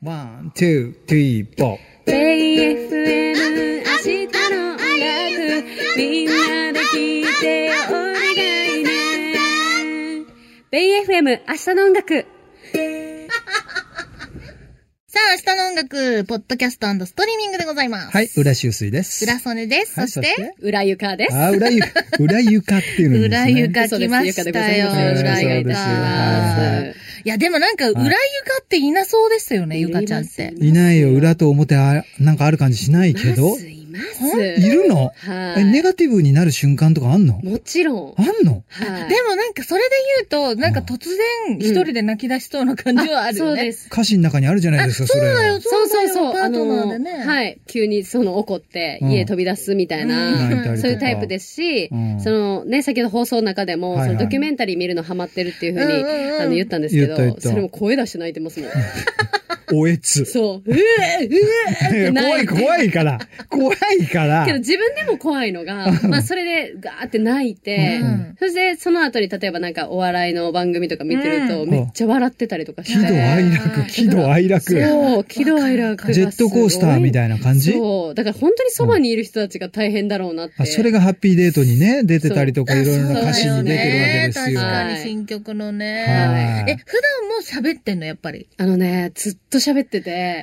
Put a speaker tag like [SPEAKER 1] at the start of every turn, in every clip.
[SPEAKER 1] ワン、ツー、スリー、フォー。
[SPEAKER 2] JFN 明日の音楽みんなで聞いてお願いね BayFM 明日の音楽
[SPEAKER 3] さあ、明日の音楽、ポッドキャストストリーミングでございます。
[SPEAKER 1] はい、浦修水です。
[SPEAKER 3] 浦曽根です。
[SPEAKER 1] はい、
[SPEAKER 3] そして、
[SPEAKER 2] 裏ゆかです
[SPEAKER 1] あ、裏床、裏床っていうのですね。
[SPEAKER 3] 裏床来ま
[SPEAKER 2] そう
[SPEAKER 3] し
[SPEAKER 2] です
[SPEAKER 3] たよ、
[SPEAKER 2] ゆかで
[SPEAKER 3] 裏
[SPEAKER 2] ござい
[SPEAKER 3] 床。
[SPEAKER 2] ます
[SPEAKER 1] はい
[SPEAKER 3] いや、でもなんか、裏床っていなそうですよね、
[SPEAKER 2] い
[SPEAKER 3] ゆ
[SPEAKER 2] ま
[SPEAKER 3] か
[SPEAKER 2] す
[SPEAKER 3] ちゃんって。
[SPEAKER 1] いないよ、裏と表、あなんかある感じしない
[SPEAKER 2] い
[SPEAKER 1] けど
[SPEAKER 2] ま。すいま
[SPEAKER 1] い
[SPEAKER 2] す
[SPEAKER 1] るの
[SPEAKER 2] は
[SPEAKER 1] え、ネ
[SPEAKER 2] い
[SPEAKER 1] ガティブになる瞬間とかあんの
[SPEAKER 2] もちろん
[SPEAKER 1] あんの
[SPEAKER 2] はい
[SPEAKER 3] でもなんか、それで言うと、なんか突然、一人で泣き出しそうな感じはある
[SPEAKER 2] そ
[SPEAKER 3] よ
[SPEAKER 2] うで
[SPEAKER 3] ね。
[SPEAKER 2] す
[SPEAKER 1] 歌詞の中にあるじゃないですか、そ
[SPEAKER 3] そう
[SPEAKER 1] れ。
[SPEAKER 3] だよ、
[SPEAKER 2] そう
[SPEAKER 3] だ
[SPEAKER 2] そう
[SPEAKER 3] よ
[SPEAKER 2] そう
[SPEAKER 3] パ
[SPEAKER 2] あ
[SPEAKER 3] ートナーで
[SPEAKER 2] の
[SPEAKER 3] ね。
[SPEAKER 2] はい急にその怒って
[SPEAKER 1] うん
[SPEAKER 2] 家飛び出すみたいな
[SPEAKER 1] 泣いたりとか
[SPEAKER 2] そういうタイプですし
[SPEAKER 1] うん
[SPEAKER 2] そのね先ほど放送の中でも
[SPEAKER 1] はいはい
[SPEAKER 2] そのドキュメンタリー見るのハマってるっていう
[SPEAKER 3] う
[SPEAKER 2] ふ
[SPEAKER 3] んうん
[SPEAKER 2] う
[SPEAKER 3] う
[SPEAKER 2] にあの言っ
[SPEAKER 3] ん。
[SPEAKER 2] たんですけど、
[SPEAKER 1] 言った言った
[SPEAKER 2] それも声出して泣いてますも ん。
[SPEAKER 1] おえつ。
[SPEAKER 2] そう。うえうえっ
[SPEAKER 1] い
[SPEAKER 2] て
[SPEAKER 1] や怖
[SPEAKER 2] 泣
[SPEAKER 1] い、
[SPEAKER 2] いて。
[SPEAKER 1] 怖いから。怖いから
[SPEAKER 2] け。ど自分でも怖いの が、まあそれでガーって泣いて、
[SPEAKER 3] うん
[SPEAKER 2] そしてその後に例えばなんかお笑いの番組とか見てると
[SPEAKER 1] うん
[SPEAKER 2] めっちゃ笑ってたりとかし
[SPEAKER 1] 喜怒
[SPEAKER 2] て。
[SPEAKER 1] 哀楽、喜怒哀楽。ジ
[SPEAKER 2] そう、喜怒哀楽がすごい。
[SPEAKER 1] ェットコースターみたいな感じ
[SPEAKER 2] そう。だから本当にそばにいる人たちが大変だろうなって。
[SPEAKER 1] あそれがハッピーデートにね、出てたりとか、いろいろな歌詞に出てるわけです
[SPEAKER 3] そう
[SPEAKER 1] よ。
[SPEAKER 3] だ
[SPEAKER 2] は
[SPEAKER 3] ね
[SPEAKER 2] い
[SPEAKER 3] 確かに新曲の
[SPEAKER 1] は
[SPEAKER 3] ね。
[SPEAKER 1] い
[SPEAKER 3] え、普段も喋ってんの、やっぱり。
[SPEAKER 2] あのね、ずっと喋ってて、
[SPEAKER 3] あ
[SPEAKER 1] やっ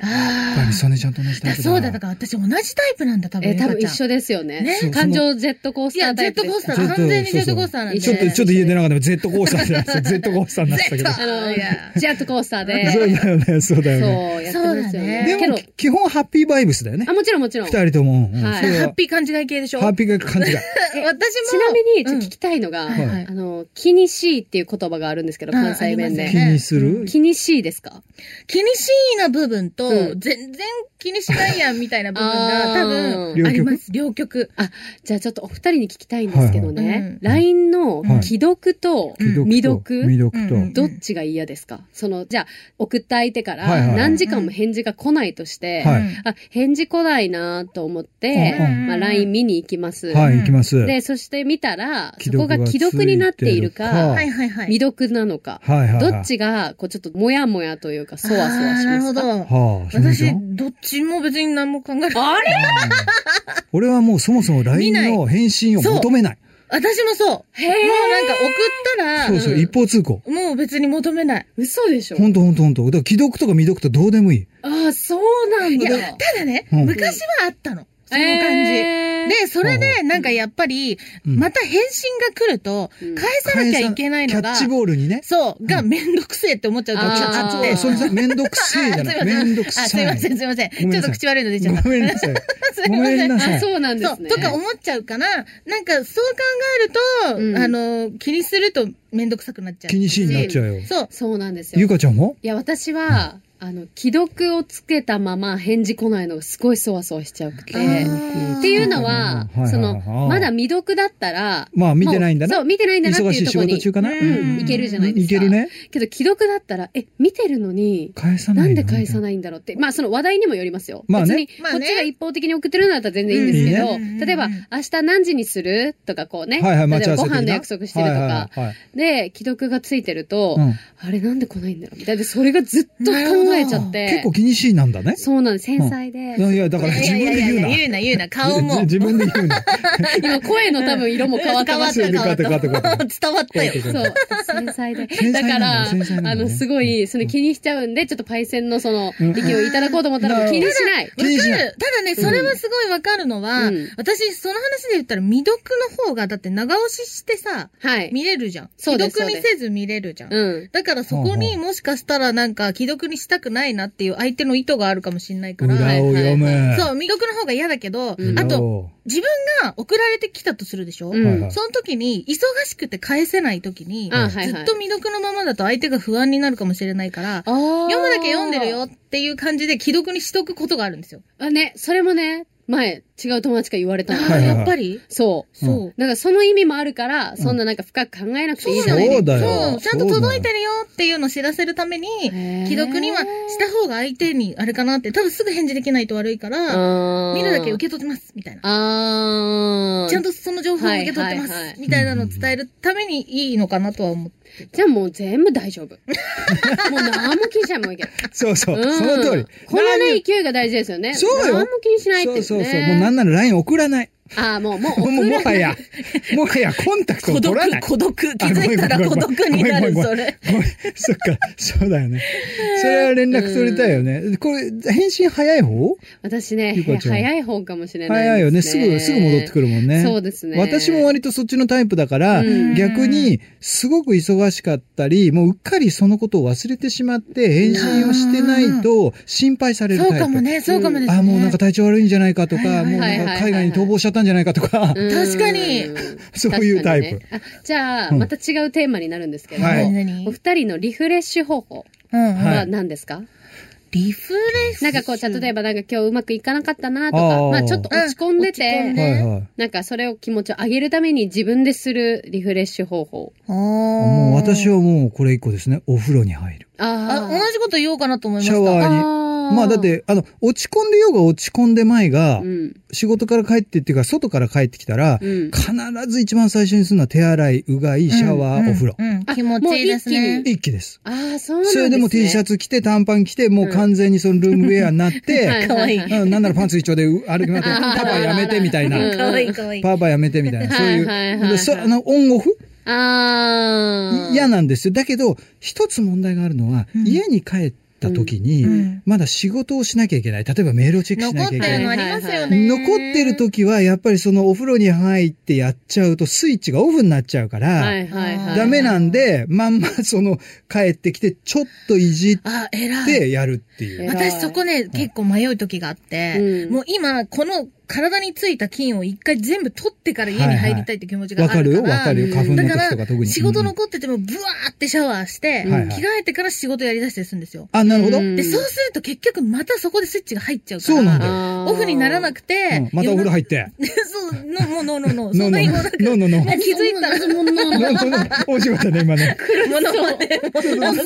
[SPEAKER 1] ぱりソネちゃんと同じタ
[SPEAKER 3] だ
[SPEAKER 1] イプだな。
[SPEAKER 3] そうだ、だから私同じタイプなんだ、多分。
[SPEAKER 2] えー多分
[SPEAKER 3] ゆかち
[SPEAKER 2] 一
[SPEAKER 3] ゃん
[SPEAKER 2] 緒ですよね。
[SPEAKER 3] ね
[SPEAKER 1] そう
[SPEAKER 2] 感情ジェットコース
[SPEAKER 3] い
[SPEAKER 2] タ
[SPEAKER 3] や、
[SPEAKER 2] ー
[SPEAKER 3] ジ
[SPEAKER 2] タ
[SPEAKER 3] ェ
[SPEAKER 2] イ
[SPEAKER 3] ッ
[SPEAKER 2] プ
[SPEAKER 3] ト
[SPEAKER 2] で
[SPEAKER 3] コース
[SPEAKER 2] し
[SPEAKER 3] タ
[SPEAKER 2] た。
[SPEAKER 3] ー、完全にジェットコースターなんで。
[SPEAKER 2] そ
[SPEAKER 1] ち
[SPEAKER 2] う
[SPEAKER 1] ょ
[SPEAKER 2] そう
[SPEAKER 1] っと、ちょっと家出なかった。ジェットコースターじゃないですジェットコースターになってたけど。
[SPEAKER 3] あのいや
[SPEAKER 2] ジェットコースターで。
[SPEAKER 1] そうだよね、そうだよね。
[SPEAKER 2] そう、やってますよね。
[SPEAKER 1] で
[SPEAKER 2] け
[SPEAKER 1] も
[SPEAKER 2] ど、、
[SPEAKER 1] 基本ハッピーバイブスだよね
[SPEAKER 2] あ、。もちろんもちろん。
[SPEAKER 1] 二
[SPEAKER 2] ちな
[SPEAKER 1] 人とも。うん
[SPEAKER 2] はい
[SPEAKER 1] それ
[SPEAKER 3] ハ
[SPEAKER 1] は
[SPEAKER 3] ッピー感じがい系でしょ
[SPEAKER 1] ハッ
[SPEAKER 3] 私
[SPEAKER 1] ピーが感じが。
[SPEAKER 3] も。
[SPEAKER 2] みに、ちょっ
[SPEAKER 3] うん
[SPEAKER 2] と聞きたいのが、
[SPEAKER 3] はい
[SPEAKER 2] あの、気にしいっていう言葉があるんですけど、
[SPEAKER 3] あ
[SPEAKER 2] 関西弁
[SPEAKER 3] あ
[SPEAKER 2] で
[SPEAKER 3] り
[SPEAKER 1] 気。にする
[SPEAKER 2] 気にしいですか
[SPEAKER 3] 気にしいな部分と、
[SPEAKER 2] うん
[SPEAKER 3] 全然気にしないやんみたいな部分
[SPEAKER 2] あー
[SPEAKER 3] が多分
[SPEAKER 1] 両
[SPEAKER 3] あり
[SPEAKER 1] 極
[SPEAKER 3] ます。両極。
[SPEAKER 2] じゃあちょっとお二人に聞きたいんですけど
[SPEAKER 3] はいはい
[SPEAKER 2] ね
[SPEAKER 3] う。ん
[SPEAKER 2] LINE の
[SPEAKER 1] はい
[SPEAKER 2] 既読と、
[SPEAKER 1] 既読と
[SPEAKER 2] 未読
[SPEAKER 1] 未読
[SPEAKER 3] うん
[SPEAKER 1] と。
[SPEAKER 2] どっちが嫌ですかその、じゃあ、送った相手か
[SPEAKER 1] はいはい
[SPEAKER 2] ら、何時間も返事が来ないとして、
[SPEAKER 1] はい
[SPEAKER 2] あ、返事来ないなと思って、
[SPEAKER 1] うん
[SPEAKER 2] まあ、LINE 見に行きます。
[SPEAKER 1] はい、行きます。
[SPEAKER 2] で、そして見たら、そ
[SPEAKER 1] 既
[SPEAKER 2] こ
[SPEAKER 1] 読
[SPEAKER 2] が
[SPEAKER 1] が
[SPEAKER 2] 既読になっている
[SPEAKER 1] ついてる
[SPEAKER 2] か、
[SPEAKER 1] か
[SPEAKER 3] はいはいはい。
[SPEAKER 2] 未読なのか。
[SPEAKER 1] はいはいはい。
[SPEAKER 2] どっちが、こう、ちょっと、もやもやというか、そわそわしますか
[SPEAKER 3] あーなるほど。
[SPEAKER 1] はあ、そうでし
[SPEAKER 3] 私
[SPEAKER 1] ょ、
[SPEAKER 3] どっちも別に何も考えない。
[SPEAKER 2] あれ
[SPEAKER 1] 俺はもうそもそも
[SPEAKER 3] 見
[SPEAKER 1] LINE
[SPEAKER 3] ない
[SPEAKER 1] の返信を求めない。
[SPEAKER 3] 私もそう。も
[SPEAKER 2] へえ。
[SPEAKER 3] うなんか送ったら、
[SPEAKER 1] そうそう、
[SPEAKER 2] うん
[SPEAKER 1] 一方通行。
[SPEAKER 3] もう別に求めない。
[SPEAKER 2] 嘘でしょ
[SPEAKER 1] ほんとほんとほんと。だから既読とか未読とどうでもいい。
[SPEAKER 2] ああ、そうなん
[SPEAKER 3] い
[SPEAKER 2] だ。
[SPEAKER 3] や、ただね、
[SPEAKER 1] うん
[SPEAKER 3] 昔はあったの。その感じ。
[SPEAKER 2] えー
[SPEAKER 3] で、それで、なんかやっぱり、
[SPEAKER 1] うん
[SPEAKER 3] また返信が来ると、
[SPEAKER 2] うん
[SPEAKER 3] 返さなきゃいけない
[SPEAKER 1] キャ
[SPEAKER 3] のが、
[SPEAKER 1] ッチボールにね。
[SPEAKER 3] そう、がめんどくせえって思っちゃう時があっ
[SPEAKER 2] ー
[SPEAKER 3] て。
[SPEAKER 1] そう、それさ、めんどくせえじゃない。
[SPEAKER 3] あすいませ
[SPEAKER 1] め
[SPEAKER 3] ん
[SPEAKER 1] んどく
[SPEAKER 3] あ、すい
[SPEAKER 1] さ
[SPEAKER 3] ま
[SPEAKER 1] い。
[SPEAKER 3] せん、すいません。
[SPEAKER 1] ごめ
[SPEAKER 3] ち
[SPEAKER 1] ん
[SPEAKER 3] ょ
[SPEAKER 1] な
[SPEAKER 3] っと
[SPEAKER 1] さい
[SPEAKER 3] 口悪いの出ちゃった。
[SPEAKER 1] ごめん なさい。
[SPEAKER 3] すい
[SPEAKER 1] ご
[SPEAKER 3] ません
[SPEAKER 1] めんなさ
[SPEAKER 2] あ、
[SPEAKER 1] い。
[SPEAKER 2] そうなんで
[SPEAKER 3] そ
[SPEAKER 2] す
[SPEAKER 3] う、
[SPEAKER 2] ね。
[SPEAKER 3] とか思っちゃうから、なんかそう考える
[SPEAKER 2] うん
[SPEAKER 3] と、あの、気にするとめんどくさくなっちゃう。
[SPEAKER 1] 気にしいになっちゃうよ。
[SPEAKER 3] そう。
[SPEAKER 2] そうなんです
[SPEAKER 1] ゆ
[SPEAKER 2] よ。
[SPEAKER 1] かちゃんも
[SPEAKER 2] いや、私は、あの、既読をつけたまま返事来ないのがすごいそわそわしちゃうく
[SPEAKER 3] あー
[SPEAKER 2] て。っていうのは
[SPEAKER 1] うん、
[SPEAKER 2] そ
[SPEAKER 1] はいはいはい
[SPEAKER 2] の、
[SPEAKER 1] はい
[SPEAKER 2] まだ未読だったら、
[SPEAKER 1] まあ、見てないんだ
[SPEAKER 2] もうそ
[SPEAKER 1] な
[SPEAKER 2] う、。見てないんだなって
[SPEAKER 1] 忙
[SPEAKER 2] い
[SPEAKER 1] し
[SPEAKER 2] う
[SPEAKER 1] い
[SPEAKER 2] と
[SPEAKER 1] 仕
[SPEAKER 2] ころ
[SPEAKER 1] 事
[SPEAKER 2] に
[SPEAKER 1] 中。かな。
[SPEAKER 3] うん
[SPEAKER 2] うん、いけるじゃないですか。
[SPEAKER 1] いける。ね。
[SPEAKER 2] けど、既読だったら、え、見てるのに、
[SPEAKER 1] 返さ
[SPEAKER 2] な
[SPEAKER 1] ない
[SPEAKER 2] ん
[SPEAKER 1] の
[SPEAKER 2] で返さないんだろうって。まあ、その話題にもよりますよ。
[SPEAKER 1] まあね
[SPEAKER 2] 別に、
[SPEAKER 3] まあ
[SPEAKER 2] こ
[SPEAKER 3] ね
[SPEAKER 2] っちが一方的に送ってるんだったら全然いいんですけど、
[SPEAKER 3] うんいいね
[SPEAKER 2] 例えば、
[SPEAKER 3] うん
[SPEAKER 2] 明日何時にするとか、こうね、
[SPEAKER 1] はいはい、待
[SPEAKER 2] 例
[SPEAKER 1] ち合
[SPEAKER 2] えば
[SPEAKER 1] わせ的
[SPEAKER 2] ご
[SPEAKER 1] な。
[SPEAKER 2] 飯の約束してるとか、
[SPEAKER 1] はいはいはい
[SPEAKER 2] で、既読がついてると、
[SPEAKER 1] うん
[SPEAKER 2] あれなんで来ないんだろうみたいな、それがずっと考えちゃって。
[SPEAKER 1] 結構気にしいなんだね。
[SPEAKER 2] そうなんです。繊細で。
[SPEAKER 1] いやいや、だから自分で言うな。
[SPEAKER 3] 言うな、言うな、顔も。
[SPEAKER 1] 自分で言 うな。
[SPEAKER 2] 今、声の多分色も変わってますよ
[SPEAKER 1] 変
[SPEAKER 2] ね。
[SPEAKER 1] わった変わった変わった変わった
[SPEAKER 3] 伝わったよ。
[SPEAKER 2] そう。繊細で。
[SPEAKER 1] 繊細なん
[SPEAKER 2] だ
[SPEAKER 1] だ
[SPEAKER 2] から、
[SPEAKER 1] 繊細なんだ
[SPEAKER 2] あ
[SPEAKER 1] ね
[SPEAKER 2] の、すごい、その気にしちゃうんで、ちょっとパイセンのその、力をいただこうと思ったら、
[SPEAKER 1] うん
[SPEAKER 2] 気にしない。
[SPEAKER 1] 気にしない
[SPEAKER 3] わかるただね、それはすごいわかるのは、
[SPEAKER 2] うん
[SPEAKER 3] 私、その話で言ったら、未読の方が、だって長押ししてさ、
[SPEAKER 2] はい。
[SPEAKER 3] 見れるじゃん。
[SPEAKER 2] そう
[SPEAKER 3] 既
[SPEAKER 2] です
[SPEAKER 3] 読にせず見れるじゃん。
[SPEAKER 2] うん。
[SPEAKER 3] だからそこ
[SPEAKER 1] ほう
[SPEAKER 3] にもしかしたらなんか既読にしたくないなっていう相手の意図があるかもしれないから、
[SPEAKER 1] 裏を読む。
[SPEAKER 3] そう、未読の方が嫌だけど、
[SPEAKER 2] うん
[SPEAKER 3] あと、
[SPEAKER 1] と、
[SPEAKER 3] 自分が送られてきたとするでしょ、
[SPEAKER 2] うん
[SPEAKER 3] その時に、忙しくて返せない時に、
[SPEAKER 2] あはいはい
[SPEAKER 3] ずっと未読のままだと相手が不安になるかもしれないから、
[SPEAKER 2] 読
[SPEAKER 3] 読むだけ読んでるよ。っていう感じで既読にしとくことがあるんですよ。
[SPEAKER 2] あ、ね、それもね、前、違う友達から言われ
[SPEAKER 3] あ
[SPEAKER 2] た
[SPEAKER 3] あ
[SPEAKER 2] の。
[SPEAKER 1] はいはいはい
[SPEAKER 3] やっぱり
[SPEAKER 2] そう。
[SPEAKER 3] そう。
[SPEAKER 2] なんかその意味もあるから、そんななんか深く考えなくていいじゃない
[SPEAKER 1] そうだよ
[SPEAKER 3] そう、ちゃんと届いてるよっていうのを知らせるために、既読にはした方が相手にあれかなって、多分すぐ返事できないと悪いから、見るだけ受け取ってます、みたいな。
[SPEAKER 2] あー。
[SPEAKER 3] ちゃんとその情報を受け取ってま
[SPEAKER 2] はいはいはい
[SPEAKER 3] す、みたいなのを伝えるためにいいのかなとは思って。
[SPEAKER 2] じゃあもう全部大丈 夫。もう何も気にしないもんいいけど。
[SPEAKER 1] そうそう、
[SPEAKER 2] うん
[SPEAKER 1] その通り。
[SPEAKER 2] このね、勢いが大事ですよね。
[SPEAKER 1] そうよ
[SPEAKER 2] 何も気にしないってい
[SPEAKER 1] そう
[SPEAKER 2] ね。
[SPEAKER 1] そうそう。もうなんなら LINE 送らない。
[SPEAKER 2] ああ、もう、もう
[SPEAKER 1] もう
[SPEAKER 2] 送ら
[SPEAKER 1] も
[SPEAKER 2] ない
[SPEAKER 1] は や、もはやコンタクトを取
[SPEAKER 3] 孤独
[SPEAKER 1] らない。、
[SPEAKER 3] 孤独。気
[SPEAKER 1] あごめん
[SPEAKER 3] づいたら孤独になる、
[SPEAKER 1] ごめんごめんごめん
[SPEAKER 3] それ。
[SPEAKER 1] ごめん そっか、そうだよね。それは連絡取りたいよね。これ、返信早い方
[SPEAKER 2] 私ね、
[SPEAKER 1] ゆかちゃん
[SPEAKER 2] 早い方かもしれない、
[SPEAKER 1] 早いよね。すぐ、すぐ戻ってくる
[SPEAKER 2] る
[SPEAKER 1] もんね。
[SPEAKER 2] そうですね。
[SPEAKER 1] 私も割とそっちのタイプだから、
[SPEAKER 2] うん
[SPEAKER 1] 逆に、すごく忙しかったり、もううっかりそのことを忘れてしまって、返信をしてないと、心配される
[SPEAKER 3] そう
[SPEAKER 1] タイ
[SPEAKER 3] か
[SPEAKER 1] プ。
[SPEAKER 3] もね、そうかもですね。
[SPEAKER 1] あ、もうなんか体調悪いんじゃないかと
[SPEAKER 3] は
[SPEAKER 1] か、
[SPEAKER 3] いはい
[SPEAKER 1] もうなんか海外に逃亡しちゃったんじゃないかとか、
[SPEAKER 2] うん、
[SPEAKER 3] 確かに
[SPEAKER 1] そういうタイプ
[SPEAKER 2] 確かにねあじゃあ、
[SPEAKER 1] うん
[SPEAKER 2] また違うテーマになるんですけども、
[SPEAKER 1] はい
[SPEAKER 3] 何
[SPEAKER 2] お二人のリフレッシュ方法
[SPEAKER 3] 々うん
[SPEAKER 1] はい
[SPEAKER 2] は何ですか、
[SPEAKER 3] リフレッシュ。
[SPEAKER 2] なんかこう、例えばなんか今日うまくいかなかったなと
[SPEAKER 1] あ
[SPEAKER 2] か、
[SPEAKER 1] ー
[SPEAKER 2] まあちょっと落ち込んで
[SPEAKER 3] うん落ち込
[SPEAKER 2] て、
[SPEAKER 3] んで
[SPEAKER 1] はいはい。
[SPEAKER 2] なんかそれを気持ちを上げるために自分でするリフレッシュ方法。
[SPEAKER 3] あー
[SPEAKER 1] もう私はもうこれ一個ですね。お風呂に入る。
[SPEAKER 2] あ
[SPEAKER 3] あ、
[SPEAKER 2] ー
[SPEAKER 3] 同じこと言おうかなと思いまし
[SPEAKER 1] シ
[SPEAKER 3] た。
[SPEAKER 1] ャワーに。
[SPEAKER 2] あー
[SPEAKER 1] まあだっ、て、あの、落ち込んでようが落ち込んでまいが、
[SPEAKER 2] うん。
[SPEAKER 1] 仕事から帰ってっていうか、外から帰ってきたら、
[SPEAKER 2] うん。
[SPEAKER 1] 必ず一番最初にするのは手洗い、うがい、シャワー、
[SPEAKER 3] うん
[SPEAKER 1] お風呂。
[SPEAKER 3] うん、気持ちいいです
[SPEAKER 2] あもう一
[SPEAKER 3] ね。
[SPEAKER 1] 一気です。
[SPEAKER 2] ああ、そうなんです
[SPEAKER 1] そ
[SPEAKER 2] ね。
[SPEAKER 1] れでも T シャツ着て、短パン着て、もう完全にそのルームウェアになっ
[SPEAKER 2] は
[SPEAKER 1] て、
[SPEAKER 2] はは
[SPEAKER 3] 可愛
[SPEAKER 1] うんなんならパンツ一丁でう歩き回って、
[SPEAKER 2] あー
[SPEAKER 1] パパやめてみたい
[SPEAKER 2] うん
[SPEAKER 1] な、
[SPEAKER 3] かわいいかわいい。
[SPEAKER 1] パパやめてみたいな、そう
[SPEAKER 2] はいは
[SPEAKER 1] い
[SPEAKER 2] いはいは
[SPEAKER 1] う
[SPEAKER 2] い
[SPEAKER 1] で、そあの、オンオフ
[SPEAKER 2] ああ。
[SPEAKER 1] 嫌なんですよ。だけど、一つ問題があるのは、
[SPEAKER 3] うん
[SPEAKER 1] 家に帰った時に、
[SPEAKER 3] うん
[SPEAKER 1] まだ仕事をしなきゃいけない。例えばメールをチェックし
[SPEAKER 3] 残
[SPEAKER 1] な
[SPEAKER 3] っ
[SPEAKER 1] きゃ
[SPEAKER 3] て
[SPEAKER 1] いけ
[SPEAKER 3] るの
[SPEAKER 1] な
[SPEAKER 3] あ
[SPEAKER 1] い。
[SPEAKER 3] りますよね。
[SPEAKER 1] 残ってる時は、やっぱりそのお風呂に入ってやっちゃうと、スイッチがオフになっちゃうから、
[SPEAKER 2] はいはいはい。
[SPEAKER 1] ダメなんで、まんまその帰ってきて、ちょっといじっ
[SPEAKER 3] あ、偉い。
[SPEAKER 1] てやるっていう。
[SPEAKER 2] 偉い
[SPEAKER 3] 私そこね、結構迷う時があって、
[SPEAKER 2] うん。
[SPEAKER 3] もう今、この体についた菌を一回全部取ってから家に入りたいって気持ちがあ
[SPEAKER 1] わ
[SPEAKER 3] るか。
[SPEAKER 1] からるよ、わかるよ。花粉の時とか特に。
[SPEAKER 3] 仕事
[SPEAKER 1] う
[SPEAKER 3] 残
[SPEAKER 1] ん
[SPEAKER 3] ってても、ブワーってシャワーし
[SPEAKER 2] は
[SPEAKER 3] て、
[SPEAKER 2] いはい
[SPEAKER 3] 着替えてから仕事やり出したりするんですよ。
[SPEAKER 1] あ、なるほど。
[SPEAKER 2] うん
[SPEAKER 3] で、そうすると結局またそこでスイッチが入っちゃうから。
[SPEAKER 1] そうなんだよ
[SPEAKER 2] あー
[SPEAKER 3] オフにならなくて、
[SPEAKER 1] うんまたお風呂入って。
[SPEAKER 3] 夜中そう、ノーノーノーノー、
[SPEAKER 1] の
[SPEAKER 3] そん
[SPEAKER 1] んの、
[SPEAKER 3] なんにも なく、
[SPEAKER 1] のんのんのん。
[SPEAKER 3] もう気づいたら、
[SPEAKER 2] そんなもん
[SPEAKER 1] のんのんの んお仕事ね、今ね。
[SPEAKER 3] ものまね。
[SPEAKER 2] なの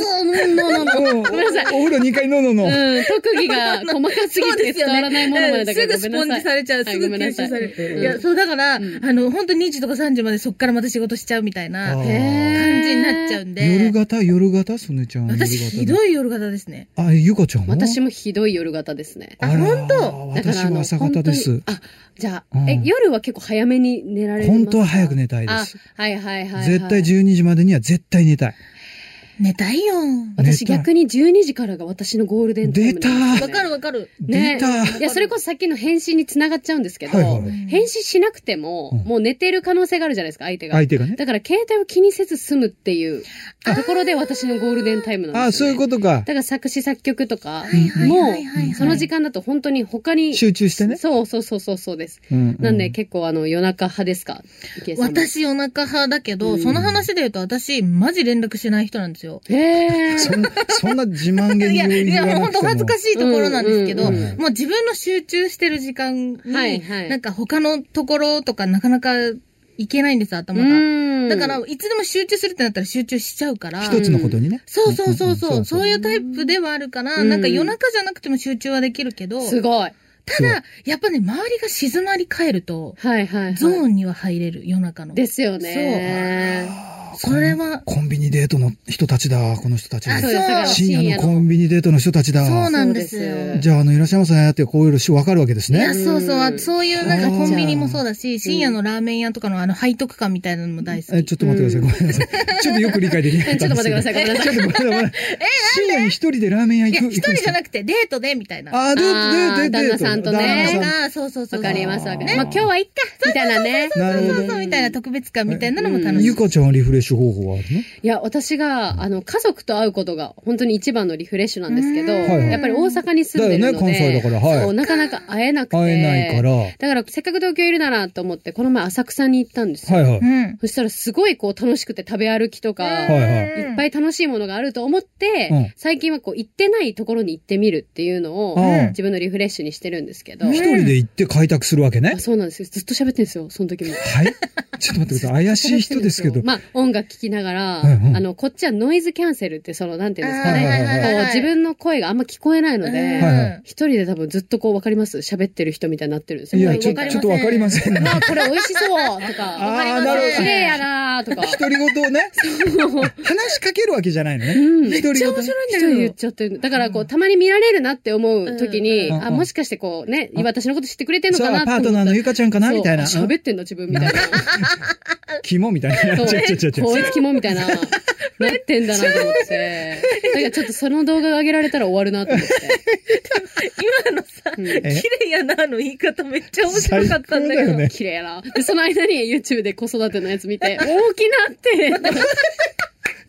[SPEAKER 1] うんお風呂2回のんのんのん。
[SPEAKER 2] うん、特技が細かすぎて伝わらないものまでだか
[SPEAKER 3] す
[SPEAKER 2] ら
[SPEAKER 3] ぐ
[SPEAKER 2] ごめん
[SPEAKER 3] スポ
[SPEAKER 2] な
[SPEAKER 3] ン
[SPEAKER 2] さ
[SPEAKER 3] ジ
[SPEAKER 2] い。
[SPEAKER 3] されちゃう。
[SPEAKER 2] は
[SPEAKER 3] す
[SPEAKER 2] い
[SPEAKER 3] ぐ
[SPEAKER 2] ごめんな
[SPEAKER 3] 吸
[SPEAKER 2] さい
[SPEAKER 3] 収される。
[SPEAKER 2] うん
[SPEAKER 3] いや、そうだから、あ
[SPEAKER 2] うん
[SPEAKER 3] の、本当2時とか3時までそっからまた仕事しちゃうみたいな
[SPEAKER 1] あ
[SPEAKER 3] 感
[SPEAKER 1] ー
[SPEAKER 2] へ
[SPEAKER 3] じになっちゃうん
[SPEAKER 1] 夜
[SPEAKER 3] で。
[SPEAKER 1] 型、夜型、すねちゃん。
[SPEAKER 3] 私、ひど
[SPEAKER 1] い。
[SPEAKER 3] い夜型ですね。
[SPEAKER 1] あ、ゆかちゃんは
[SPEAKER 2] 私もひどい夜型ですね。
[SPEAKER 3] あ
[SPEAKER 1] ら
[SPEAKER 3] 本当
[SPEAKER 2] だから
[SPEAKER 1] 私
[SPEAKER 2] あの
[SPEAKER 1] は朝方です
[SPEAKER 2] 本。当にあ、じゃ
[SPEAKER 1] う
[SPEAKER 2] あ、
[SPEAKER 1] ん
[SPEAKER 2] え、夜は結構早めに寝られますか
[SPEAKER 1] 本当は早く寝たいで
[SPEAKER 2] あ
[SPEAKER 1] す。、
[SPEAKER 2] はいはいはいはい。
[SPEAKER 1] 絶対12時までには絶対寝たい。
[SPEAKER 3] 寝たいよ。
[SPEAKER 2] 私
[SPEAKER 1] 寝たい
[SPEAKER 2] 逆に12時からが私のゴールデンタイムなんです
[SPEAKER 3] わ
[SPEAKER 2] ね
[SPEAKER 3] かるわかる。
[SPEAKER 2] ね
[SPEAKER 1] 出た。
[SPEAKER 2] いや、それこそさっきの返信につながっちゃうんですけど、
[SPEAKER 1] はいはい
[SPEAKER 2] 返信しなくても、
[SPEAKER 1] うん
[SPEAKER 2] もう寝てる可能性があるじゃないですか、相手が。
[SPEAKER 1] 相手がね。
[SPEAKER 2] だから、携帯を気にせず済むっていうところで私のゴールデンタイムなんですよ、
[SPEAKER 1] あ、そうい
[SPEAKER 2] ね。
[SPEAKER 1] うことか
[SPEAKER 2] だ。から作詞作曲とか、
[SPEAKER 3] はいはいはいはいはい
[SPEAKER 2] その時間だと本当に他に。
[SPEAKER 1] 集中してね。
[SPEAKER 2] そうそうそうそうそうです。
[SPEAKER 1] うん
[SPEAKER 2] なんで、結構あの夜中派ですか池江さんも。
[SPEAKER 3] 私夜中派だけど、
[SPEAKER 2] うん
[SPEAKER 3] その話で言うと私、マジ連絡しない人なんですよ。
[SPEAKER 2] へえ。
[SPEAKER 1] そんそんな自慢げ
[SPEAKER 3] い
[SPEAKER 1] に
[SPEAKER 3] や、いや、もう本当恥ずか
[SPEAKER 1] い。
[SPEAKER 3] しいところなんですけど、
[SPEAKER 2] うん
[SPEAKER 1] うんうん
[SPEAKER 3] もう自分の集中してる時間に、
[SPEAKER 2] はいはい
[SPEAKER 3] なんか他のところとかなかなかいけないんです、頭が。
[SPEAKER 2] うん。
[SPEAKER 3] だから、、いつでも集中するってなったら集中しちゃうから。
[SPEAKER 1] 一つのことにね。
[SPEAKER 3] そうそうそうそう、
[SPEAKER 1] うんうんうんそうそう
[SPEAKER 3] そういうタイプではあるから、
[SPEAKER 2] うん
[SPEAKER 3] なんか夜中じゃなくても集中はできるけど、
[SPEAKER 2] すごい。
[SPEAKER 3] ただ、やっぱね、周りが静まり返ると、
[SPEAKER 2] はいはい、はい。
[SPEAKER 3] ゾーンには入れる、夜中の。
[SPEAKER 2] ですよね。
[SPEAKER 3] それは、
[SPEAKER 1] コンビニデートの人たちだ、この人たち。
[SPEAKER 3] あそう
[SPEAKER 2] ですだから
[SPEAKER 1] 深夜のコ
[SPEAKER 2] 深
[SPEAKER 1] ンビニデートの人たちだ。
[SPEAKER 3] そうなんです
[SPEAKER 2] そう
[SPEAKER 3] よ
[SPEAKER 2] です
[SPEAKER 1] じゃあ、あの、いらっしゃいませって、こういうのわかるわけです
[SPEAKER 3] いや、
[SPEAKER 1] ね。
[SPEAKER 3] そうそう
[SPEAKER 2] う
[SPEAKER 3] あ、
[SPEAKER 2] ん
[SPEAKER 3] そういうなんかコンビニもそうだし、
[SPEAKER 2] そう
[SPEAKER 3] 深夜のラーメン屋とかのあの背徳感みたいなのも大好
[SPEAKER 1] え、
[SPEAKER 3] き。
[SPEAKER 1] ちょっと待ってください。ごめんなさい。ちょっとよく理解できなか
[SPEAKER 2] え
[SPEAKER 1] っ
[SPEAKER 2] ち
[SPEAKER 1] た
[SPEAKER 2] ょ
[SPEAKER 1] ん
[SPEAKER 2] っと
[SPEAKER 1] です
[SPEAKER 2] 待ってください。ごめんなさい。
[SPEAKER 1] ちょっとごめんなさい。深夜に一人でラーメン屋
[SPEAKER 3] い
[SPEAKER 1] 行
[SPEAKER 3] や、
[SPEAKER 1] く。
[SPEAKER 3] 一人じゃ
[SPEAKER 1] い。
[SPEAKER 3] なくて、デートで、みたいな。
[SPEAKER 1] あ、で、で、で、
[SPEAKER 2] 旦
[SPEAKER 1] で、
[SPEAKER 2] 那さんとね
[SPEAKER 3] 彼
[SPEAKER 1] 旦那さん
[SPEAKER 3] が、そうそうそうそう。
[SPEAKER 2] わかりますわかります。
[SPEAKER 1] ね
[SPEAKER 2] まあ今日はいっかみたいなね。
[SPEAKER 1] なる
[SPEAKER 3] そ
[SPEAKER 1] ほ
[SPEAKER 3] う
[SPEAKER 1] ど。
[SPEAKER 3] そう、みたいな特別感みたいなのも楽しい。
[SPEAKER 1] ゆかちゃんはリフレッシュ方法はあるの
[SPEAKER 2] いや、私が、あの、家族と会うことが本当に一番のリフレッシュなんですけど、
[SPEAKER 3] うん。
[SPEAKER 1] はいはい
[SPEAKER 2] やっぱり大阪に住んでる
[SPEAKER 1] だよ
[SPEAKER 2] の
[SPEAKER 1] ね、
[SPEAKER 2] で、
[SPEAKER 1] 関西だから。
[SPEAKER 2] そう
[SPEAKER 1] はい。
[SPEAKER 2] なかなか会えなくて。
[SPEAKER 1] 会えないから。は
[SPEAKER 2] だから、せっかく東京いるならと思って、この前浅草に行ったんですよ。
[SPEAKER 1] いはいう
[SPEAKER 3] ん。
[SPEAKER 2] そしたらすごいこう楽しくて食べ歩きとか、
[SPEAKER 1] い
[SPEAKER 2] いっぱ
[SPEAKER 3] い。
[SPEAKER 2] い楽しいものがあると思って、
[SPEAKER 1] うん
[SPEAKER 2] 最近はこう行ってないところに行ってみるっていうの
[SPEAKER 1] あ
[SPEAKER 2] を、
[SPEAKER 1] ー
[SPEAKER 2] 自分のリフレッシュにしてるんですけど。
[SPEAKER 3] うん
[SPEAKER 1] 一人で行って開拓するわけね
[SPEAKER 2] あ。そうなんですよ。ずっと喋ってるんですよ、その時も。
[SPEAKER 1] はい。ちょっと待ってください。怪しい人ですけど。
[SPEAKER 2] まあ、音音楽聴きながら、
[SPEAKER 1] うんうん
[SPEAKER 2] あの、こっちはノイズキャンセルって、その、なんていうんですかね。
[SPEAKER 1] あーはい
[SPEAKER 2] こう、自分の声があんま聞こえないの
[SPEAKER 1] は
[SPEAKER 2] で、
[SPEAKER 1] い
[SPEAKER 2] 一、人で多分ずっとこう、わかります喋ってる人みたいになってるんです
[SPEAKER 1] い
[SPEAKER 2] よ。
[SPEAKER 1] や、ちょ
[SPEAKER 3] わかりま
[SPEAKER 1] ちょ
[SPEAKER 3] せん
[SPEAKER 1] っとわかりませんね。
[SPEAKER 2] まあ、これ美味しそうと
[SPEAKER 1] あ
[SPEAKER 2] か、
[SPEAKER 1] ーなるほ
[SPEAKER 2] 綺
[SPEAKER 1] ど
[SPEAKER 2] 麗やなーとか。
[SPEAKER 1] 独り言をね、話しかけるわけじゃないのね。
[SPEAKER 2] うん。
[SPEAKER 1] 独り言ね。
[SPEAKER 2] 一人で言っちゃってる。だから、こう、たまに見られるなって思う時に、
[SPEAKER 1] うんうん
[SPEAKER 2] あ、もしかしてこうね、
[SPEAKER 1] うん
[SPEAKER 2] 私のこと知ってくれてんの
[SPEAKER 1] そう
[SPEAKER 2] かな、
[SPEAKER 1] パートナーのゆかちゃんか
[SPEAKER 2] か
[SPEAKER 1] なみたいな。
[SPEAKER 2] 喋ってんの自分みたいな。
[SPEAKER 1] 肝みたい
[SPEAKER 2] そ
[SPEAKER 1] な。
[SPEAKER 2] う
[SPEAKER 1] ちょちょちょちょ
[SPEAKER 2] こいつ肝みたい な、なってんだなと思 って。だからちょっとその動画が上げられたら終わるなと思 って。
[SPEAKER 3] 今のさ、
[SPEAKER 2] うん
[SPEAKER 1] え
[SPEAKER 3] 綺麗やなの言い方めっちゃ面白かった
[SPEAKER 1] 最高
[SPEAKER 3] んだけど。
[SPEAKER 1] だよね
[SPEAKER 2] 綺麗やな。で、その間に YouTube で子育てのやつ見て、大き なって。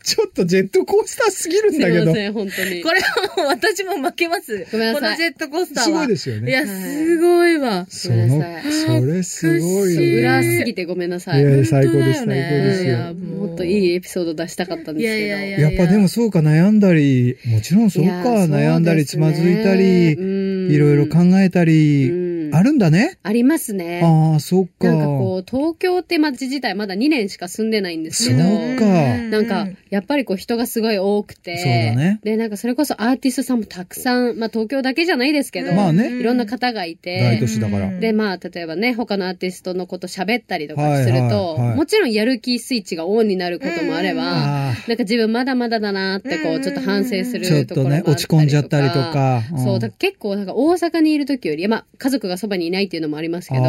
[SPEAKER 1] ちょっとジェットコースターすぎるん
[SPEAKER 2] す
[SPEAKER 1] だ
[SPEAKER 2] い
[SPEAKER 1] け
[SPEAKER 2] ま
[SPEAKER 1] ど。
[SPEAKER 2] せん、本当に。
[SPEAKER 3] これはもう私も負けます。
[SPEAKER 2] ごめんなさい
[SPEAKER 3] このジェットコースタ
[SPEAKER 1] す
[SPEAKER 3] ーは。
[SPEAKER 1] ごいですすよ
[SPEAKER 3] い
[SPEAKER 1] ね。
[SPEAKER 3] や、すごいわ。
[SPEAKER 1] その
[SPEAKER 2] ごめんな、
[SPEAKER 3] さい
[SPEAKER 1] それすごいね。
[SPEAKER 2] 裏すぎてごめんなさい。
[SPEAKER 1] いや
[SPEAKER 2] う
[SPEAKER 1] い
[SPEAKER 2] ん
[SPEAKER 1] や最高です
[SPEAKER 3] 本当だよね
[SPEAKER 1] 最高ですよ
[SPEAKER 3] いやもう
[SPEAKER 2] もっといいエピソード出したかったんですけど。
[SPEAKER 3] いやいやい
[SPEAKER 1] やっぱでもそうか悩んだり、もちろんそうか悩んだりつまずいたり、い
[SPEAKER 2] い
[SPEAKER 1] ろいろ考えたり、
[SPEAKER 2] え
[SPEAKER 1] あるんだね。
[SPEAKER 2] ありますね。
[SPEAKER 1] ああ、そうか。
[SPEAKER 2] なんかこう、東京って街自体まだ2年しか住んでないんですけど、
[SPEAKER 1] そうか
[SPEAKER 2] なんか、やっぱりこう人がすごい多くて、
[SPEAKER 1] そうだね
[SPEAKER 2] で、なんかそれこそアーティストさんもたくさん、まあ東京だけじゃないですけど、
[SPEAKER 1] まあね
[SPEAKER 2] いろんな方がい
[SPEAKER 1] 大都
[SPEAKER 2] て、
[SPEAKER 1] 市だから
[SPEAKER 2] で、まあ例えばね、他のアーティストのこと喋ったりとかする
[SPEAKER 1] は
[SPEAKER 2] と、
[SPEAKER 1] いはいはい
[SPEAKER 2] もちろんやる気スイッチがオンになることもあれば、
[SPEAKER 1] あ
[SPEAKER 2] なんか自分まだまだだなってこ
[SPEAKER 3] うんうんう
[SPEAKER 2] う、
[SPEAKER 3] ん
[SPEAKER 2] ちょっと反省す
[SPEAKER 1] あ、ちょっ
[SPEAKER 2] るとことろもあ
[SPEAKER 1] ね
[SPEAKER 2] っ、
[SPEAKER 1] 落ち込んじゃったりと。か。
[SPEAKER 2] そう、だから結構なんか大阪にいる時より、まあ家族がそばにいないっていうのもありますけ
[SPEAKER 1] あ
[SPEAKER 2] ど、
[SPEAKER 1] ー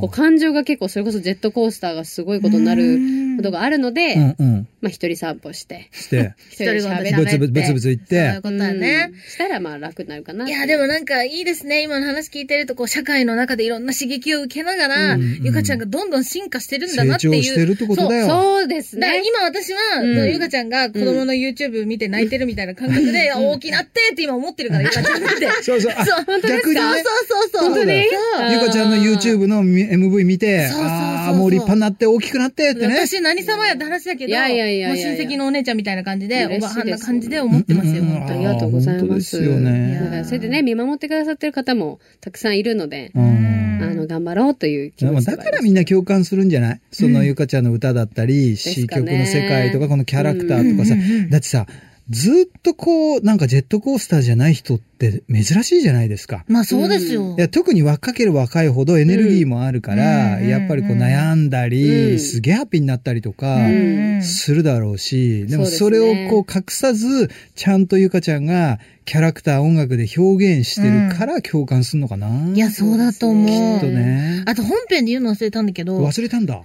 [SPEAKER 2] こう感情が結構それこそジェットコースターがすごいことになることがあるので、
[SPEAKER 1] うんうん。
[SPEAKER 2] まあ一人散歩して、
[SPEAKER 1] して、
[SPEAKER 2] 一人で喋って。
[SPEAKER 1] ぶつぶつぶつぶつ言っ
[SPEAKER 3] そうい
[SPEAKER 1] て
[SPEAKER 3] う、ことだね
[SPEAKER 2] う。んしたらまあ楽になるかな。
[SPEAKER 3] いや、でもなんかいいですね。今の話聞いてると、こう、社会の中でいろんな刺激を受けながら、
[SPEAKER 2] うん
[SPEAKER 1] うん
[SPEAKER 3] ゆかちゃんがどんどん進化してるんだ
[SPEAKER 1] 成
[SPEAKER 3] なって
[SPEAKER 1] 長
[SPEAKER 3] い
[SPEAKER 1] して
[SPEAKER 3] う。
[SPEAKER 1] るってことだよ。
[SPEAKER 2] そうです
[SPEAKER 3] だから
[SPEAKER 2] ね。
[SPEAKER 3] 今私は、
[SPEAKER 2] うん
[SPEAKER 3] ゆかちゃんが子供の YouTube 見て泣いてるみたいな感覚で、
[SPEAKER 2] うん
[SPEAKER 3] 大きなってって今思って るから、ゆかちゃんって。
[SPEAKER 1] そうそう。あ
[SPEAKER 3] そう、
[SPEAKER 1] 逆に
[SPEAKER 3] そう
[SPEAKER 1] ね、
[SPEAKER 3] そうそうそう。
[SPEAKER 1] 本当に
[SPEAKER 3] そう
[SPEAKER 1] ゆかちゃんの YouTube の MV 見て、
[SPEAKER 3] そうそうそうそう
[SPEAKER 1] ああ、もう立派になって大きくなってってね。
[SPEAKER 3] 私何様やって話だけど、
[SPEAKER 2] いやいやいやいやいや
[SPEAKER 3] もう親戚のお姉ちゃんみたいな感じで、
[SPEAKER 2] 嬉しい
[SPEAKER 3] お
[SPEAKER 2] で
[SPEAKER 3] ば
[SPEAKER 2] す
[SPEAKER 3] はんな感じで思ってますよ、
[SPEAKER 1] うんうんうん
[SPEAKER 3] 本
[SPEAKER 2] あ
[SPEAKER 3] 当
[SPEAKER 2] り
[SPEAKER 3] に。
[SPEAKER 2] がとうございます。
[SPEAKER 1] 本当ですよね
[SPEAKER 2] だからそれでね、見守ってくださってる方もたくさんいるので、
[SPEAKER 1] うん
[SPEAKER 2] あの、頑張ろうという気
[SPEAKER 1] でも
[SPEAKER 2] 持ちで
[SPEAKER 1] だ
[SPEAKER 2] はあ
[SPEAKER 1] か
[SPEAKER 2] りま
[SPEAKER 1] ら
[SPEAKER 2] す
[SPEAKER 1] みんな共感するんじゃないその
[SPEAKER 3] うん
[SPEAKER 1] ゆかちゃんの歌だったり、
[SPEAKER 2] すかね
[SPEAKER 1] 詩曲の世界とか、このキャラクターとかさ
[SPEAKER 3] うんうんうん。
[SPEAKER 1] だってさ、ずっとこう、なんかジェットコースターじゃない人って珍しいじゃないですか。
[SPEAKER 3] まあそうですよ。
[SPEAKER 1] いや特に若ければ若いほどエネルギーもあるから、
[SPEAKER 3] うん
[SPEAKER 1] やっぱりこう
[SPEAKER 3] うん
[SPEAKER 1] 悩んだり、
[SPEAKER 2] うん
[SPEAKER 1] すげえハッピーになったりとか、
[SPEAKER 3] うん
[SPEAKER 2] うん
[SPEAKER 1] するだろうし、でも
[SPEAKER 2] そ
[SPEAKER 1] そう
[SPEAKER 2] で
[SPEAKER 1] れ
[SPEAKER 2] すね
[SPEAKER 1] をこう隠さず、ちゃんとゆかちゃんがキャラクター音楽で表現してるから共感するのかな、
[SPEAKER 3] いや、そうだと思う。
[SPEAKER 2] きっ
[SPEAKER 1] きっとね。
[SPEAKER 3] あと本編で言うの忘れたんだけど、
[SPEAKER 1] 忘れたん だ。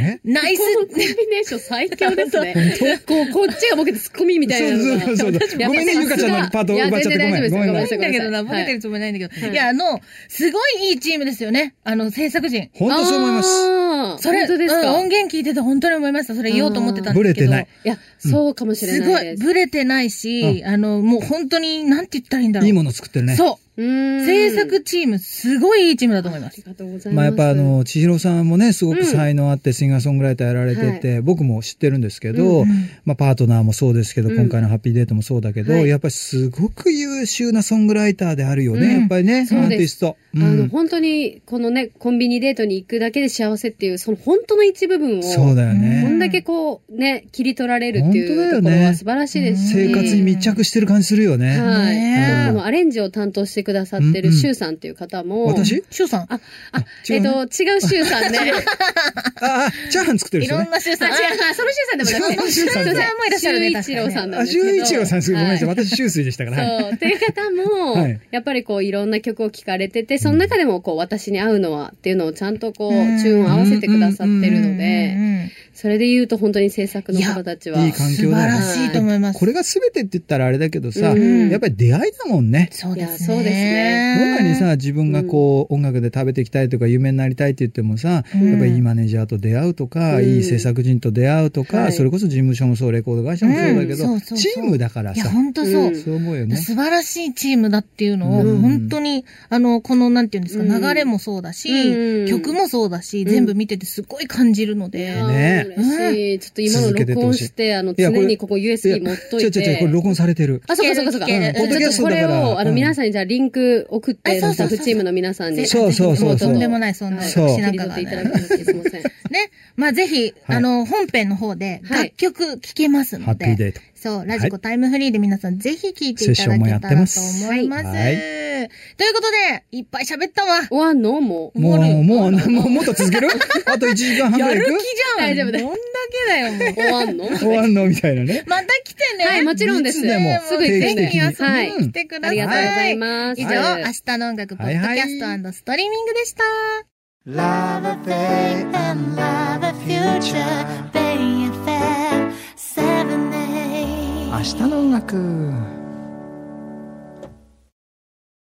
[SPEAKER 1] え
[SPEAKER 3] ナイス
[SPEAKER 2] このコンビネーション最強ですね。こう、こっちがボケてツッコミみたいなのが。
[SPEAKER 1] そうそうそうそうごめんねゆかちゃんのパート奪っちゃってごめん
[SPEAKER 2] いや全然大丈夫です
[SPEAKER 1] ごめんごめ
[SPEAKER 3] ないん
[SPEAKER 2] ご
[SPEAKER 3] だ
[SPEAKER 2] めん
[SPEAKER 3] け
[SPEAKER 2] なさ
[SPEAKER 3] ど
[SPEAKER 2] い
[SPEAKER 3] な、
[SPEAKER 2] ご
[SPEAKER 3] ボ
[SPEAKER 2] めんなさい
[SPEAKER 3] ケてるつもりないんだけど。
[SPEAKER 2] はい
[SPEAKER 3] いや、あの、すごいいいチームですよね。あの、制作陣。
[SPEAKER 1] 本当そう思います。
[SPEAKER 2] あー
[SPEAKER 3] それ、
[SPEAKER 2] 本当です
[SPEAKER 3] うん
[SPEAKER 2] か、
[SPEAKER 3] 音源聞いてて本当に思いました。それ言おうと思ってたん
[SPEAKER 1] ブ
[SPEAKER 3] で
[SPEAKER 1] レ
[SPEAKER 3] すけ
[SPEAKER 1] て
[SPEAKER 3] ど。
[SPEAKER 1] ない。。
[SPEAKER 2] いや、そうかもしれ
[SPEAKER 3] す
[SPEAKER 2] な
[SPEAKER 3] ご
[SPEAKER 2] いで
[SPEAKER 3] い、
[SPEAKER 2] す。
[SPEAKER 3] ブレてないし、あの、もう本当に、なんて言ったらいいんだろう。
[SPEAKER 1] いいもの作ってるね。
[SPEAKER 3] そうう。
[SPEAKER 2] ーん
[SPEAKER 3] 制作チーム、すごいいいチームだと思いま
[SPEAKER 2] あ
[SPEAKER 3] す
[SPEAKER 2] り。がとうございます。
[SPEAKER 1] まあやっぱあの、千尋さんもね、すご
[SPEAKER 2] う
[SPEAKER 1] く
[SPEAKER 2] ん
[SPEAKER 1] 才能あってシンガーソングライターやられてて、僕も知ってるんですけ
[SPEAKER 2] う
[SPEAKER 1] ど、
[SPEAKER 3] うん
[SPEAKER 1] まあパートナーもそうですけど、
[SPEAKER 2] うん
[SPEAKER 1] 今回のハッピーデートもそうだけど、
[SPEAKER 2] はい
[SPEAKER 1] やっぱりすごく優秀なソングライターであるよね、
[SPEAKER 3] うん
[SPEAKER 1] やっぱりね、ア
[SPEAKER 2] そうです
[SPEAKER 1] ーティスト。う
[SPEAKER 2] あの、
[SPEAKER 1] ん
[SPEAKER 2] 本当に、このね、コンビニデートに行くだけで幸せっていう、その本当の一部分を、
[SPEAKER 1] そうだよ
[SPEAKER 2] こ
[SPEAKER 1] ね。
[SPEAKER 2] んだけこう、ね、切り取られるっていうと
[SPEAKER 1] 本当
[SPEAKER 2] こ
[SPEAKER 1] だ
[SPEAKER 2] ろ
[SPEAKER 1] よね
[SPEAKER 2] は素晴らしいですし。
[SPEAKER 1] 生活に密着してる感じするよね。
[SPEAKER 2] はい。
[SPEAKER 3] ね
[SPEAKER 1] え
[SPEAKER 2] あのこのアレンジを担当してくださって
[SPEAKER 1] う
[SPEAKER 2] る
[SPEAKER 1] んうん
[SPEAKER 2] シュウさんっていう方も、
[SPEAKER 1] 私
[SPEAKER 3] シュウさん。
[SPEAKER 2] あ、あ、
[SPEAKER 1] 違
[SPEAKER 2] え
[SPEAKER 1] う
[SPEAKER 2] っ
[SPEAKER 1] ね
[SPEAKER 2] と、違うシュウ さんね。
[SPEAKER 1] あ、あ、チャーハン作ってる
[SPEAKER 3] い
[SPEAKER 1] 人
[SPEAKER 3] ろ
[SPEAKER 1] ね
[SPEAKER 3] ん。なシュウ
[SPEAKER 2] あ、
[SPEAKER 3] さ
[SPEAKER 2] 違
[SPEAKER 3] ん。
[SPEAKER 2] う、あそのシュウさんでもなくて。
[SPEAKER 1] シュウさん
[SPEAKER 2] シ
[SPEAKER 1] だ
[SPEAKER 2] ウもいらっしゃるね。
[SPEAKER 3] シュウ一郎さん
[SPEAKER 1] あ、
[SPEAKER 2] 確かに
[SPEAKER 1] 修一郎さんですごめんなさい。
[SPEAKER 2] は
[SPEAKER 1] 私、修水でしたから。はい
[SPEAKER 2] そう。っていう方も、
[SPEAKER 1] はい
[SPEAKER 2] やっぱりこういろんな曲を聴かれてて、その中でもこう私に合うのはっていうのをちゃんとこう、
[SPEAKER 3] うん
[SPEAKER 2] チューンを合わせてくださってるの
[SPEAKER 3] うん
[SPEAKER 2] で、
[SPEAKER 3] うんうん
[SPEAKER 2] それで言うと本当に制作の方たちは。
[SPEAKER 1] いやいい感
[SPEAKER 3] 素
[SPEAKER 1] じ環境
[SPEAKER 3] 晴
[SPEAKER 1] だよ
[SPEAKER 3] らしいと思います。
[SPEAKER 1] これが全てって言ったらあれだけどさ、
[SPEAKER 2] うん
[SPEAKER 1] やっぱり出会いだもんね。
[SPEAKER 3] そうです
[SPEAKER 2] いやそうですね
[SPEAKER 1] どんなにさ、
[SPEAKER 3] やっ
[SPEAKER 1] 自分がこう、音楽で食べていきたいとか、夢になりたいって言ってもさ、
[SPEAKER 3] うん
[SPEAKER 1] やっぱりいいマネージャーと出会うとか、
[SPEAKER 2] うん
[SPEAKER 1] いい制作人と出会うとか、
[SPEAKER 2] はい
[SPEAKER 1] それこそ事務所もそう、レコード会社もそうだけど、
[SPEAKER 3] うんそうそうそう
[SPEAKER 1] チームだから
[SPEAKER 3] いや、
[SPEAKER 1] さ、
[SPEAKER 3] 本当そう。
[SPEAKER 2] うん
[SPEAKER 1] そう思うよね。
[SPEAKER 3] 素晴らしいチームだっていうのを、
[SPEAKER 1] うん
[SPEAKER 3] 本当に、あの、この、なんていうんですか、
[SPEAKER 2] うん
[SPEAKER 3] 流れもそうだし、
[SPEAKER 2] うん
[SPEAKER 3] 曲もそうだし、
[SPEAKER 2] うん
[SPEAKER 3] 全部見ててすごい感じるの
[SPEAKER 2] い
[SPEAKER 3] で
[SPEAKER 2] や、ー
[SPEAKER 1] ね
[SPEAKER 2] 嬉しい。ちょっと今の録音して、あの、
[SPEAKER 1] いや
[SPEAKER 2] 常
[SPEAKER 1] これ
[SPEAKER 2] にここ
[SPEAKER 1] いや
[SPEAKER 2] USB 持っとい
[SPEAKER 1] 違う違う違う、これ
[SPEAKER 2] て。
[SPEAKER 1] 録音されてる。
[SPEAKER 2] あ、そうかそうかそうか。
[SPEAKER 3] 聞ける聞ける
[SPEAKER 2] うんちょっとこれ
[SPEAKER 1] ポッドキャストだから
[SPEAKER 2] を、あの、
[SPEAKER 1] うん
[SPEAKER 2] 皆さんにじゃあリンク送って、
[SPEAKER 3] あそう
[SPEAKER 2] ス
[SPEAKER 3] そ
[SPEAKER 2] タ
[SPEAKER 3] うそう
[SPEAKER 2] ッフチームの皆さんに。
[SPEAKER 1] そうそうそうそう
[SPEAKER 3] もとんでもない、そんな、
[SPEAKER 2] はい
[SPEAKER 1] そう
[SPEAKER 3] 私
[SPEAKER 2] 切
[SPEAKER 3] なん
[SPEAKER 2] り
[SPEAKER 3] か
[SPEAKER 2] 取っ
[SPEAKER 3] が
[SPEAKER 2] ていただ
[SPEAKER 3] ね
[SPEAKER 2] きましてすいません。
[SPEAKER 3] ね、まあぜひ、
[SPEAKER 1] はい
[SPEAKER 3] あの、本編の方で
[SPEAKER 2] はい
[SPEAKER 3] 楽曲聴けます
[SPEAKER 1] ハ
[SPEAKER 3] の
[SPEAKER 1] ッ
[SPEAKER 3] で。
[SPEAKER 1] ピーデート。
[SPEAKER 3] そう、ラジコタイムフリーで皆さんぜひ聴いていただけたらと思います。
[SPEAKER 1] セ
[SPEAKER 2] ッションも
[SPEAKER 1] やってます
[SPEAKER 3] は
[SPEAKER 1] はい
[SPEAKER 3] いということで、いっぱい喋ったわ。
[SPEAKER 2] 終わんのもう。
[SPEAKER 1] もう、もう、
[SPEAKER 3] もう
[SPEAKER 1] もう、もっと続けるあと1時間半ぐ
[SPEAKER 3] や
[SPEAKER 1] らい
[SPEAKER 3] る
[SPEAKER 1] 行
[SPEAKER 3] 気じゃん
[SPEAKER 2] 大丈夫だよ
[SPEAKER 3] どんだけだよ、
[SPEAKER 2] 終
[SPEAKER 3] もう。
[SPEAKER 2] わんの
[SPEAKER 1] く終わんのみたいなね。
[SPEAKER 3] また来てね。
[SPEAKER 2] はいもちろんです
[SPEAKER 1] いつでも、
[SPEAKER 2] すぐ行
[SPEAKER 1] 定期
[SPEAKER 2] くん
[SPEAKER 1] 的
[SPEAKER 2] で
[SPEAKER 1] に。
[SPEAKER 2] はい
[SPEAKER 1] うん
[SPEAKER 3] 来てくだ
[SPEAKER 2] あ
[SPEAKER 3] さい。
[SPEAKER 2] りがとうございます。
[SPEAKER 3] 以上、明日の音楽、ポッドキャストストリーミングでした。
[SPEAKER 4] Love a day and love a future. Bay FM 7 a
[SPEAKER 5] 明日の音楽。